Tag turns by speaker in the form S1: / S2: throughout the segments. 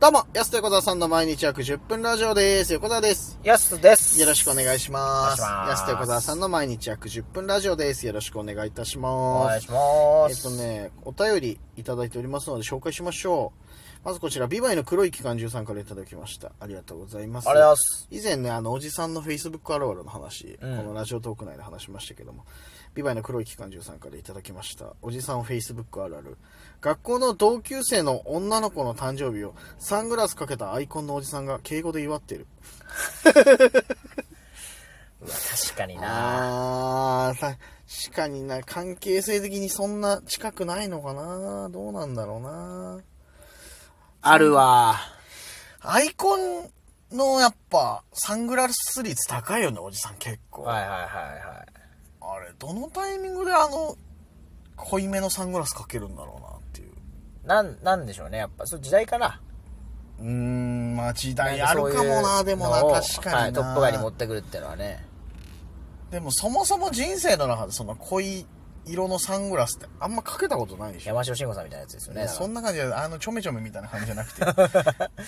S1: どうも、安田横澤さんの毎日約10分ラジオです。横澤です。
S2: やすです。
S1: よろしくお願いします。
S2: お願いします
S1: 安田横澤さんの毎日約10分ラジオです。よろしくお願いいたし
S2: お
S1: ま
S2: 願い
S1: す。
S2: しま
S1: えっ
S2: す。
S1: と。ね、お便りいただいておりますので紹介しましょう。まずこちら、ビバイの黒い機関銃さんからいただきました。ありがとうございます。
S2: あれます。
S1: 以前ね、あの、おじさんの Facebook あるあるの話、
S2: うん
S1: このラジオトーク内で話しましたけども、ビバイの黒い機関銃さんからいただきました、おじさん Facebook あるある。学校の同級生の女の子の誕生日を、サングラスかけたアイコンのおじさんが敬語で祝ってる。
S2: うわ確かにな。
S1: あー、確かにな、関係性的にそんな近くないのかなどうなんだろうな
S2: あるわ。
S1: アイコンのやっぱ、サングラス率高いよね、おじさん結構。
S2: はいはいはいは
S1: あれ、どのタイミングであの、濃いめのサングラスかけるんだろうなっていう。
S2: い。なん、なんでしょうね。やっぱ、そう時代かな。
S1: うーん、まあ時代
S2: なん
S1: あ
S2: か
S1: る
S2: そういう
S1: かもな、でもな、
S2: のを
S1: 確か
S2: は
S1: に
S2: い、
S1: な。
S2: トップガンに持ってくるってのはね。
S1: でもそもそも人生の中でその濃い色のサングラスってあんまかけたことないでしょ。
S2: 山城慎吾さんみたいなやつですよね。
S1: ね、そ
S2: なん
S1: な感じで、あの、ちょめちょめみたいな感じじゃな くて、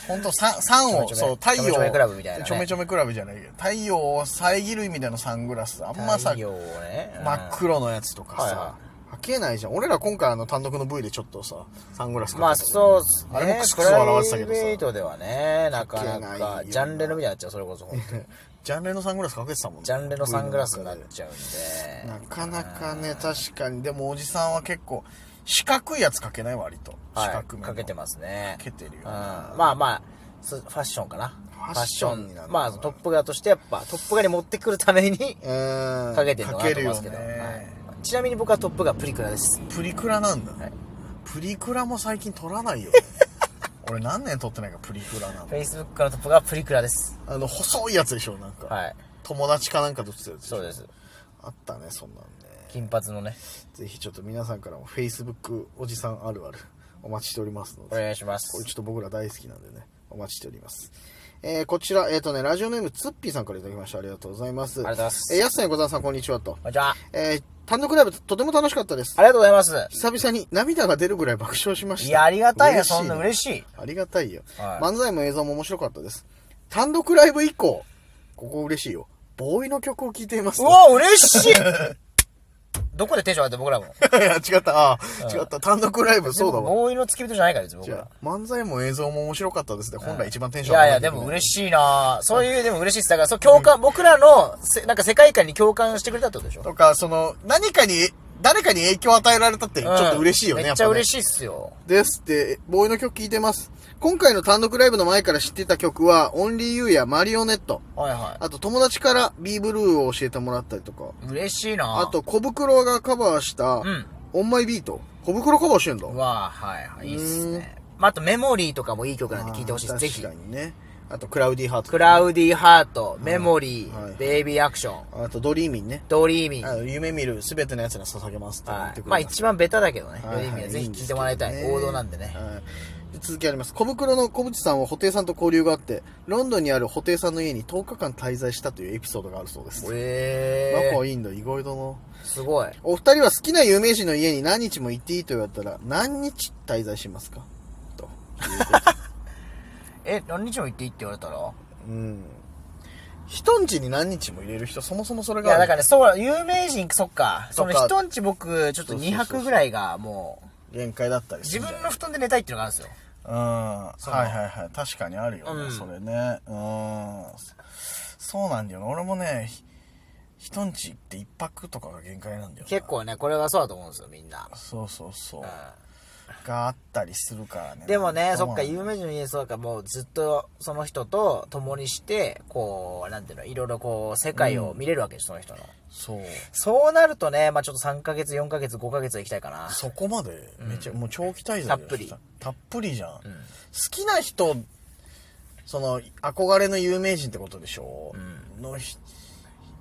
S1: ほんと、さサンを、
S2: ちょめちょめ
S1: そう、太陽を、
S2: ちょめちょめクラブみたいなね
S1: ちょめちょめクラブじゃないけど、太陽を遮る意味でのサングラス、あんまさ、
S2: 太陽をね。うん
S1: 真っ。黒のやつとか
S2: はい
S1: さ
S2: は、
S1: かけないじゃん。俺ら今回あの単独の V でちょっとさ、サングラスかけた
S2: まあ、そうっす
S1: あれも
S2: ね
S1: ク。ソ
S2: プラ
S1: 笑ってた
S2: イ
S1: け
S2: ベー
S1: どさ、
S2: トではね、なかな
S1: かけないよ
S2: か
S1: な、
S2: ジャンレのみたいになっちゃう、それこそ。本当に
S1: ジャンレのサングラスかけてたもんね。
S2: ジャンレのサングラスになっ
S1: V
S2: ちゃうん
S1: の
S2: で。
S1: 中でなかなかね、確かに。でもおじさんは結構、四角いやつかけない割と。
S2: は
S1: 四
S2: い
S1: 角めの
S2: かけてますね。
S1: かけてるよ
S2: うん
S1: な
S2: まあまあ、そファッションかな。
S1: ファッションになるのかな、
S2: まあ、トップガーとしてやっぱ、トップガーに持ってくるために
S1: うん。
S2: かけてる
S1: か
S2: のはあ
S1: ける
S2: ると思い
S1: よ
S2: ますけど。はい
S1: ね。
S2: ちなみに僕はトップガープリクラです。
S1: プリクラなんだ。
S2: はい
S1: プリクラも最近撮らない よね。俺何年撮ってないかプリクラなの。
S2: Facebook のトップガープリクラです。
S1: あの、細いやつでしょ、なんか。
S2: はい。
S1: 友達かなんかと撮ってたやつでしょ
S2: そうです。
S1: あったね、そんなんね。
S2: 金髪のね、
S1: ぜひちょっと皆さんからも Facebook おじさんある あるお待ちしておりますの
S2: お
S1: で、
S2: 願いしま
S1: これちょ
S2: す。
S1: っと僕ら大好きなんでね、お待ちしております。えー、こちら、えっ、とね、ラジオネームツッピーさんからいただきました。ありがとうございます。
S2: ありがとうございます
S1: えー、やすさん、横澤さん、こんにちはと。
S2: こんにちは。
S1: えー、単独ライブとても楽しかったです
S2: あ。りがとうございます。
S1: 久々に涙が出るぐらい爆笑しました。
S2: いや、ありがたいよ、
S1: 嬉し
S2: そんな
S1: しいね。
S2: 嬉しい。
S1: ありがたいよ、
S2: はい
S1: 漫才も映像も面白かったです。単独ライブ以降、ここ嬉しいよ。ボーイの曲を聴いています
S2: う
S1: と。
S2: わ、嬉しいどこでテンション上がって僕らも。
S1: いや、違った。あー違った。単独ライブ、そうだわ。
S2: ボーイの付き人じゃないからです、僕
S1: じ
S2: ら
S1: ゃ。あ、漫才も映像も面白かったですね。本来一番テンション
S2: いやいや、でも
S1: しい。
S2: 嬉しいなぁそういう、でも嬉しいです。だから、そう、共感、僕らのせ、なんか世界観に共感してくれたってことでしょ
S1: とか、その、何かに、誰かに影響を与えられたって、ちょっと嬉しいよね、
S2: うんめ
S1: やっ
S2: っちゃ
S1: ぱ、ね。
S2: 嬉しいっすよ。
S1: ですって、ボーイの曲聴いてます。今回の単独ライブの前から知ってた曲は、オンリーユーやマリオネット。
S2: はいは
S1: あと、友達から B ブルーを教えてもらったりとか。
S2: い。嬉しいなぁ
S1: あ、と、小袋がカバーした
S2: う、ん。
S1: オンマイビート。小袋カバーしてんだ。
S2: うわぁ、はいはい。いいっすね。まあ、あと、メモリーとかもいい曲なんで聴いてほしいです。ぜひ
S1: 確。かにね。あと、クラウディーハート。
S2: クラウディハート、メモリ
S1: はいはい
S2: ー、ベイビーアクション、
S1: あと、ドリーミンね。
S2: ドリーミング。
S1: あの夢見るすべてのやつに捧げますって言
S2: は
S1: って
S2: い。
S1: くれ
S2: まあ、一番ベタだけどね。ド
S1: はい
S2: リー
S1: は
S2: ミン
S1: い
S2: グはぜひ聴いてもらいた
S1: いいん
S2: い。
S1: ですけどね
S2: 王道なんでね。
S1: はい続きあります小袋の小淵さんは布袋さんと交流があってロンドンにある布袋さんの家に10日間滞在したというエピソードがあるそうです
S2: え
S1: 仲いいんだ意外だな
S2: ー、すごい。
S1: お二人は好きな有名人の家に何日も行っていいと言われたら何日滞在しますかということ
S2: え、何日も行っていいって言われたら
S1: うん人んちに何日も入れる人そもそもそれ
S2: い
S1: が
S2: や、だ
S1: あ
S2: か
S1: る
S2: らね、そう、有名人、そっか。
S1: と
S2: その
S1: か
S2: 人んち僕、ちょっと2
S1: そうそうそうそう
S2: 泊ぐらいがもう、
S1: 限界だったりす
S2: 自
S1: るんじゃない
S2: 分の布団で寝たいっていうのがあるんですよ。
S1: うんはいはいはい確かにあるよね、
S2: うん
S1: それねうんそうなんだよな俺もねひ人んち行って一泊とかが限界なんだよな
S2: 結構ね、これはそうだと思うんですよ、みんな。
S1: そうそうそう、
S2: う
S1: があったりするからね
S2: んでもね、そっか、
S1: う
S2: 有名人の家そうだから、もうずっとその人と共にして、こう、なんていうの、いろいろこう、世界を見れるわけです、その人の。
S1: そう
S2: そうなるとね、まあちょっと3ヶ月、4ヶ月、5ヶ月は行きたいかな。
S1: そこまでめちゃ、もう長期滞在
S2: たっぷり
S1: たっぷりじゃん、好きな人その憧れの有名人ってことでしょ、のひ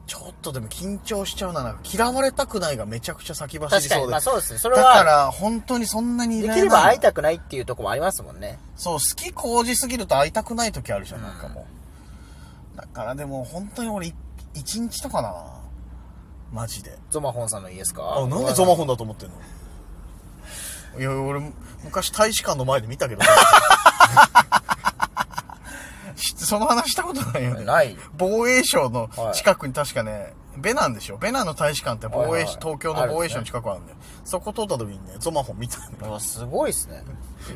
S1: ちょっとでも緊張しちゃうななんか嫌われたくないがめちゃくちゃ先走り
S2: 確
S1: そう
S2: か
S1: で
S2: に、まあそうですね。それ
S1: だか
S2: は、
S1: ら、本当にそんなにい
S2: で
S1: ら
S2: きれば会い
S1: い。
S2: たくないっていうところもありますもんね。
S1: そう、好き講じすぎると会いたくない時あるじゃん、なんかもう。だからでも、本当に俺、い一日とかだな。マジで。
S2: ゾマホンさんの家ですか
S1: あ、なんでゾマホンだと思ってんの いや、俺、昔大使館の前で見たけど。その話したことないよね。
S2: ない。
S1: 防衛省の
S2: はい
S1: 近くに確かね、ベナンでしょベナンの大使館って防衛、
S2: はいはい
S1: 東京の防衛省の近くあるんだよ。そこ通った時にね、ゾマホン見たんだよ。
S2: あすごいっすね。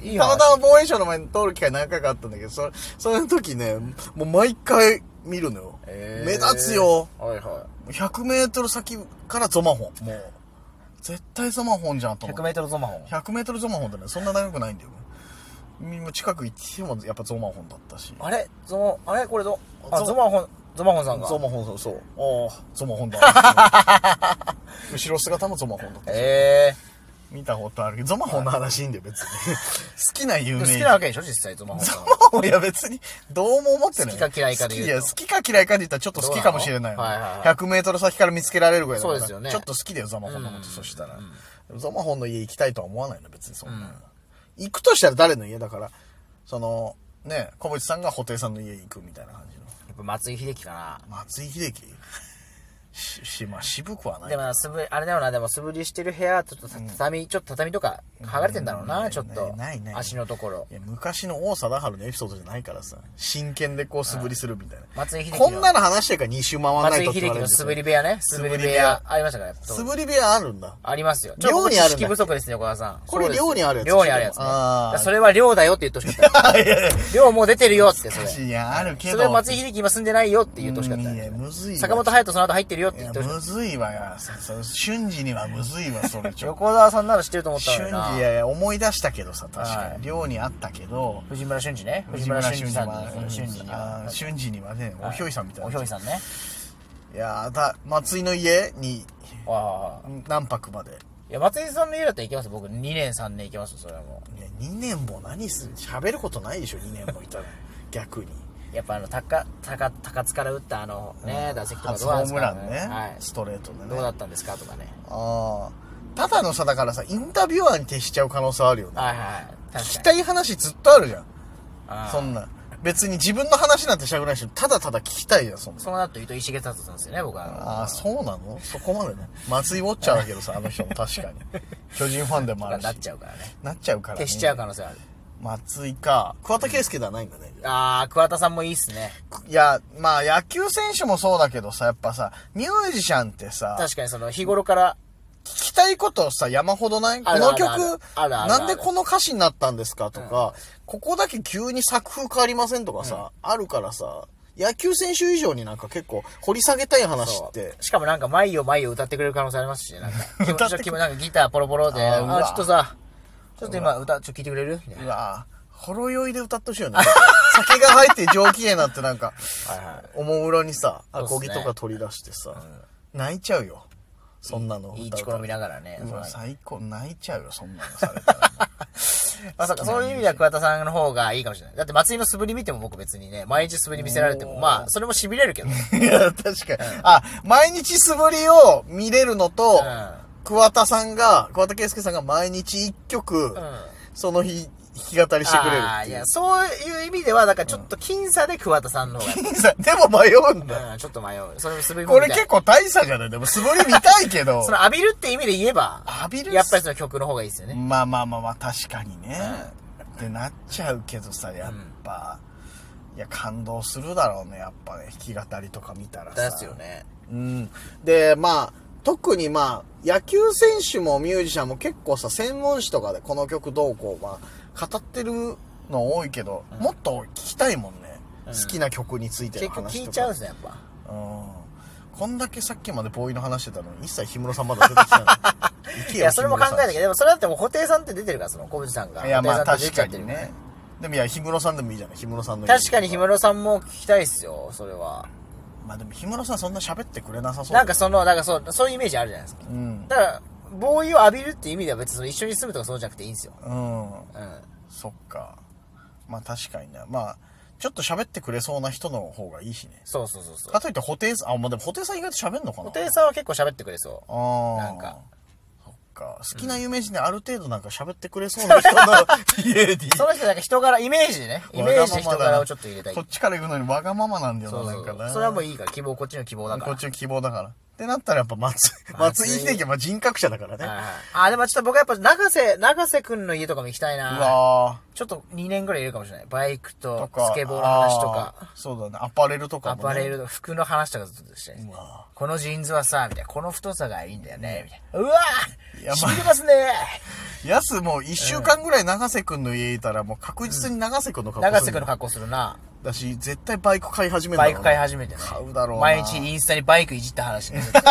S2: い い
S1: たま
S2: 話。
S1: たま防衛省の前に通る機会何回かあったんだけど、そその時ね、もう毎回見るのよ。
S2: えー
S1: 目立つよ。
S2: はいは
S1: 100メートル先からゾマホン。もう、絶対ゾマホンじゃんと
S2: い。
S1: 思って
S2: 100メートルゾマホン。
S1: 100メートルゾマホンってね、そんな長くないんだよ。みんな近く行ってもやっぱゾマホンだったし。
S2: あれゾマ、あれこれゾ、あ、
S1: ゾ
S2: ゾマホン、ゾマホンさんが。
S1: ゾマホンさん、そう。ああ、ゾマホン だ。後ろ姿もゾマホンだった。
S2: え
S1: 見たことあるけど、ゾマホンの話いいんだよ、別 に。好きな有
S2: え
S1: 名
S2: 好
S1: 人
S2: きなわけでしょ実際ゾマホンさんは。
S1: ゾマホンいや別に、どうも思ってない。
S2: 好きか嫌いかで言うと
S1: 好きいや、好きか嫌いかで言ったらちょっと好きかもしれないよね。
S2: どうなのはいはいはい
S1: 100メートル先から見つけられるぐらいだから
S2: そうですよね
S1: ちょっと好きだよ、ゾマホンのこと、
S2: うん
S1: そしたら。ゾマホンの家行きたいとは思わないの、別にそんなの、行くとしたら誰の家だから、その、ね、小渕さんが布袋さんの家行くみたいな感じの。
S2: やっぱ松井秀喜かな。
S1: 松井秀喜し、し、まあ、渋くはない。
S2: でもな、素振り、あれだよな、でも素振りしてる部屋、ちょっと畳、ちょっと畳とか剥がれてんだろうな、
S1: うん
S2: ちょっと。
S1: ないない
S2: 足のところ。
S1: いや昔の王貞治のエピソードじゃないからさ、真剣でこう素振りするみたいな。
S2: 松井秀喜の
S1: こんなの話してるから2周回らな
S2: 松
S1: い
S2: 井
S1: とっ
S2: 秀
S1: て
S2: 喜
S1: 言われる
S2: の
S1: んです
S2: 素
S1: よ
S2: 振り部屋ね。素振り部屋。ありましたから、当時
S1: 素振り部屋あるんだ。
S2: ありますよ。
S1: 寮に
S2: 僕
S1: あるんだ
S2: 知識不足ですね、小川さん。
S1: これ
S2: そうです
S1: 寮にあるやつ
S2: 寮にあるやつね。
S1: あー
S2: だからそれは寮だよって言ってほしかった。寮もう出てるよって、それ。
S1: いや、あるけど。
S2: それは松井秀喜今住んでないよって言ってほしかった
S1: うんいやむずい。わ
S2: 坂本隼人その後入ってるよって
S1: い
S2: 言
S1: や
S2: ってほしかっ
S1: むずいわよ。そそ瞬時にはむずいわ、それち
S2: た。
S1: ょっと。
S2: 横澤さんなら知ってると 思ったの
S1: 瞬
S2: にな
S1: 時、い。やいや、思い出したけどさ、確か
S2: はい
S1: に。寮にあったけど、
S2: 藤村俊二ね。藤村俊二さんに
S1: うん
S2: 俊二には
S1: あー。瞬時にはね、おひょいさんみたいな。
S2: おひょいさんね。
S1: ん。いやーだ、松井の家に
S2: ああ。
S1: 何泊まで。
S2: いや、松井さんの家だったら行きますよ僕、2年3年行きますよ、それはも
S1: いや2年も何する喋ることないでしょ2年もいた ら逆に
S2: う。やっぱあの、高、高、高津から打ったあの、ね、打席とか
S1: 初
S2: どう
S1: ホ
S2: なん
S1: ー
S2: です
S1: ム
S2: か
S1: ラ
S2: ね
S1: ンね、
S2: はい。
S1: ストレートで
S2: どうだ
S1: ね
S2: ったんですかとかね。
S1: ああただのさだからさインタビュアーに徹しちゃう可能性あるよね
S2: はいはい。
S1: 聞き
S2: 確か
S1: たい話ずっとあるじゃん
S2: に。
S1: そ
S2: うん
S1: な別に自分の話なんてしたくないしただただ聞きたいじゃんそんな
S2: そうなると、糸井重里さんですよね、僕は。
S1: ああそうなのそこまでね松井ウォッチャーだけどさあの人も確 かに巨人ファンでもあ
S2: が
S1: るし
S2: なっちゃうからね。
S1: なっちゃうから、ね、
S2: 消しちゃう可能性ある。
S1: 松井か桑田佳祐ではないんだね
S2: あー、桑田さんもいいっすね。
S1: いや、まあ野球選手もそうだけどさ、やっぱさ、ミュージシャンってさ、
S2: 確かにその、日頃から、
S1: 聞きたいことさ、山ほどないこ
S2: ある
S1: の
S2: ある
S1: 曲
S2: あるあるあるある
S1: なんでこの歌詞になったんですかとか、ここだけ急に作風変わりませんとかさ、あるからさ、野球選手以上になんか結構掘り下げたい話
S2: そ
S1: っ
S2: う
S1: て、
S2: しかもなんか、毎夜毎夜歌ってくれる可能性ありますしね、なんか。気持
S1: 歌っ
S2: ち
S1: て
S2: ょ気分なんかギターポロポロで、
S1: あー
S2: あ
S1: うわ
S2: ー、ちょっとさ、ちょっと今歌、ちょっと聞いてくれるみたいうな。
S1: わぁ、ほろ酔いで歌ってほしいよね。酒が入って上機嫌になってなんか、
S2: はいはい。
S1: おもむろにさ、ア
S2: そ
S1: コ
S2: うっす
S1: ギ
S2: ね
S1: とか取り出してさ、泣いちゃうよ。そんなの歌うと。
S2: いいチコロ見ながらね。
S1: う
S2: そう
S1: わ
S2: なんか
S1: 最高泣いちゃうよそんなのされたら
S2: まあそうかそういう意味では桑田さんの方がいいかもしれない。だって松井の素振り見ても僕別にね、毎日素振り見せられても、まあ、それも痺れるけど。うん。
S1: いや確かに、あ毎日素振りを見れるのと、桑田さんが桑田佳祐さんが毎日一曲、その日弾き語りしてくれるっ
S2: ああ、
S1: て
S2: い
S1: い
S2: や
S1: う、
S2: そういう意味では、だからちょっと僅差で桑田さんの方が。
S1: いや でも迷うん だ、
S2: うん、ちょっと迷う。それも素振りも
S1: こ
S2: 見た
S1: れ
S2: い
S1: 結構大差じゃないでも素振り見たいけど
S2: その浴びるって意味で言えば、
S1: 浴びるっす
S2: やっぱりその曲の方がいいですよね。
S1: まあまあまあまあ確かにね、ってなっちゃうけどさやっぱ、いや感動するだろうねやっぱね弾き語りとか見たらさ
S2: ですよね。
S1: うん、でまあ特にまあ野球選手もミュージシャンも結構さ専門誌とかでこの曲どうこう、まあ、語ってるの多いけど、もっと聞きたいもんね、
S2: うん
S1: 好きな曲について
S2: 結
S1: の
S2: 局
S1: 話とか
S2: 聞いちゃうんですね、やっぱ。
S1: うんこんだけさっきまでボーイの話してたのに一切氷室さんまだ出てきた の
S2: いや、それも考えたけ
S1: ど
S2: ど、でもそれだってもう布袋さんって出てるから、その小渕さんが。
S1: いやまあ
S2: 布袋さん
S1: 確
S2: って出ちゃ
S1: か
S2: ってる
S1: に
S2: よ
S1: ね。でもいや氷室さんでもいいじゃない氷室さんの
S2: 確かに氷
S1: 室
S2: 室さんも聞きたいっすよ、それは。
S1: まあでも氷室さんそんな喋ってくれなさそう
S2: なんかその、なんかそう、そういうイメージあるじゃないですか。
S1: うん
S2: だから、ボーイを浴びるっていう意味では別にその一緒に住むとかそうじゃなくていいんですよ。
S1: うん
S2: うん。
S1: そっか。まあ確かにな。まあ、ちょっと喋ってくれそうな人の方がいいしね。
S2: そうそうそうそう。
S1: かといって、布袋さん、あ、まあでも布袋さん意外と喋んのかな
S2: 布袋さんは結構喋ってくれそう。
S1: ああ。
S2: なんか。
S1: そっか。好きな有名人である程度なんか喋ってくれそうな人の家に。
S2: その人なんか人柄、イメージでね。イメージで人
S1: わがままだ
S2: 柄
S1: な
S2: をちょっと入れたい
S1: こ。っちから行くのにわがままなんだよな、
S2: そうそう
S1: な
S2: そ
S1: んか
S2: う。
S1: な。
S2: それはもういいから、希望、こっちの希望だか
S1: こ
S2: ら
S1: っ。ちの希望だから。ってなったらやっぱ松井、松
S2: 松井
S1: 井秀喜はまあ人格者だからね。
S2: はいはい。あ、でもちょっと僕はやっぱ、長瀬、長瀬くんの家とかも行きたいうな。
S1: わ
S2: ちょっと2年ぐらいいるかもしれない。バイクと
S1: とか。
S2: スケボーの話とか、
S1: あー。そうだね。アパレルとか
S2: ア
S1: も、ね。
S2: パレルの服の話とかずっとしてる
S1: うわ
S2: このジーンズはさ、みたいな。この太さがいいんだよね、みたいな。うわ
S1: いや
S2: ー
S1: まあ
S2: 染みてますね
S1: やすもう一週間ぐらい長瀬くんの家いたらもう確実に長瀬くんの格好
S2: 長瀬くん
S1: の
S2: の格好するな。
S1: だし、絶対バイク買い始める
S2: バイク買い
S1: め
S2: 始めてね。
S1: 買うだろうな
S2: 毎日インスタにバイクいじった話 ね。
S1: る。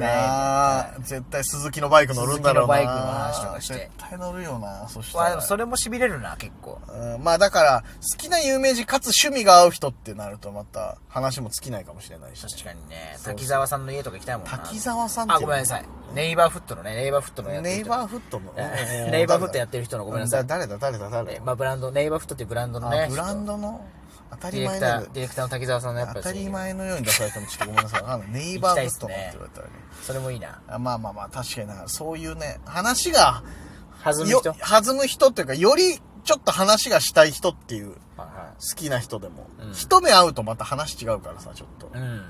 S1: なあ、絶対鈴木のバイク乗るんだろうな。
S2: 鈴木のバイクの話とかして
S1: 絶対乗るよな、そした
S2: まあ
S1: ら。
S2: でもそれも痺れるな、結構。
S1: うんまあだから、好きな有名人かつ趣味が合う人ってなるとまた話も尽きないかもしれないし。
S2: 確かにね。
S1: そう
S2: 滝沢さんの家とか行きたいもんな。
S1: 滝沢さんって
S2: あ、ごめんなさい。ネイバーフットのね、ネイバーフットのやってる
S1: ネイ
S2: 人
S1: バーフットの
S2: ネイバーフットやってる人のごめんなさい
S1: だ誰だ誰だ誰
S2: え
S1: だ
S2: まあブランド、ネイバーフットっていうブランドの
S1: あ
S2: ね。
S1: ブランドの当た
S2: デ
S1: り
S2: ィレク
S1: 前
S2: タ
S1: な
S2: ー、ディレクターの滝沢さんのやっぱ
S1: 当
S2: り
S1: た
S2: そういう
S1: り前のように出されてもちょっとごめんなさい。わかんないネイバーフットなんて言われたらね。
S2: それもいいな。
S1: あまあまあまあ、確かにな。そういうね、話が、
S2: 弾む
S1: よ
S2: 人。はい
S1: 弾む人っていうか、よりちょっと話がしたい人っていう、好
S2: は
S1: きな人でも。
S2: うん
S1: 一目会うとまた話違うからさ、ちょっと。
S2: い。う
S1: ね
S2: ん。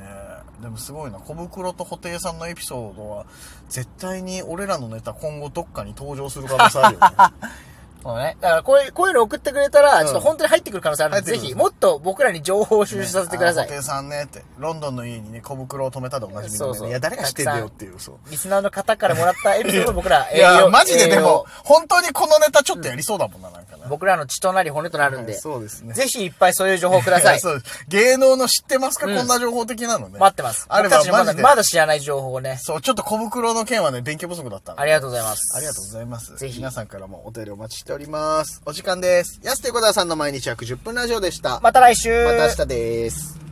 S1: えでもすごいな。小袋と布袋さんのエピソードは、絶対に俺らのネタ今後どっかに登場する可能性あるよね。
S2: そうね。だからこういう、こういうの送ってくれたら、
S1: ん
S2: ちょっと本当に入ってくる可能性あるん
S1: 入
S2: で、ぜ
S1: ってく
S2: ひ、
S1: る
S2: もっと僕らに情報を収集 させてくださ
S1: ね
S2: い
S1: あ。布袋さんねって、ロンドンの家にね、小袋を止めたでおなじみ
S2: そ
S1: の
S2: うそう
S1: ね。いや、誰が知ってんだよっていう、そう。
S2: リスナーの方からもらったエピソードを僕 ら、
S1: いや、
S2: 養
S1: マジでで
S2: 栄養
S1: も、本当にこのネタちょっとやりそうだもんな、なんかな。
S2: 僕らの血となり骨となるんで、
S1: そうですね。
S2: ぜひいっぱいそういう情報ください。
S1: そう芸能の知ってますか、
S2: うん
S1: こんな情報的なのね。
S2: 待ってます。
S1: あれ
S2: 僕
S1: ば
S2: たちま
S1: マ
S2: だ、
S1: ジで。
S2: まだ知らない情報をね。
S1: そう、ちょっと小袋の件はね、勉強不足だったの。
S2: ありがとうございます。
S1: ありがとうございます。
S2: ぜひ
S1: 皆さんからもお便りお待ちしております。お時間です。安手小沢さんの毎日約10分ラジオでした。
S2: また来週
S1: また明日です。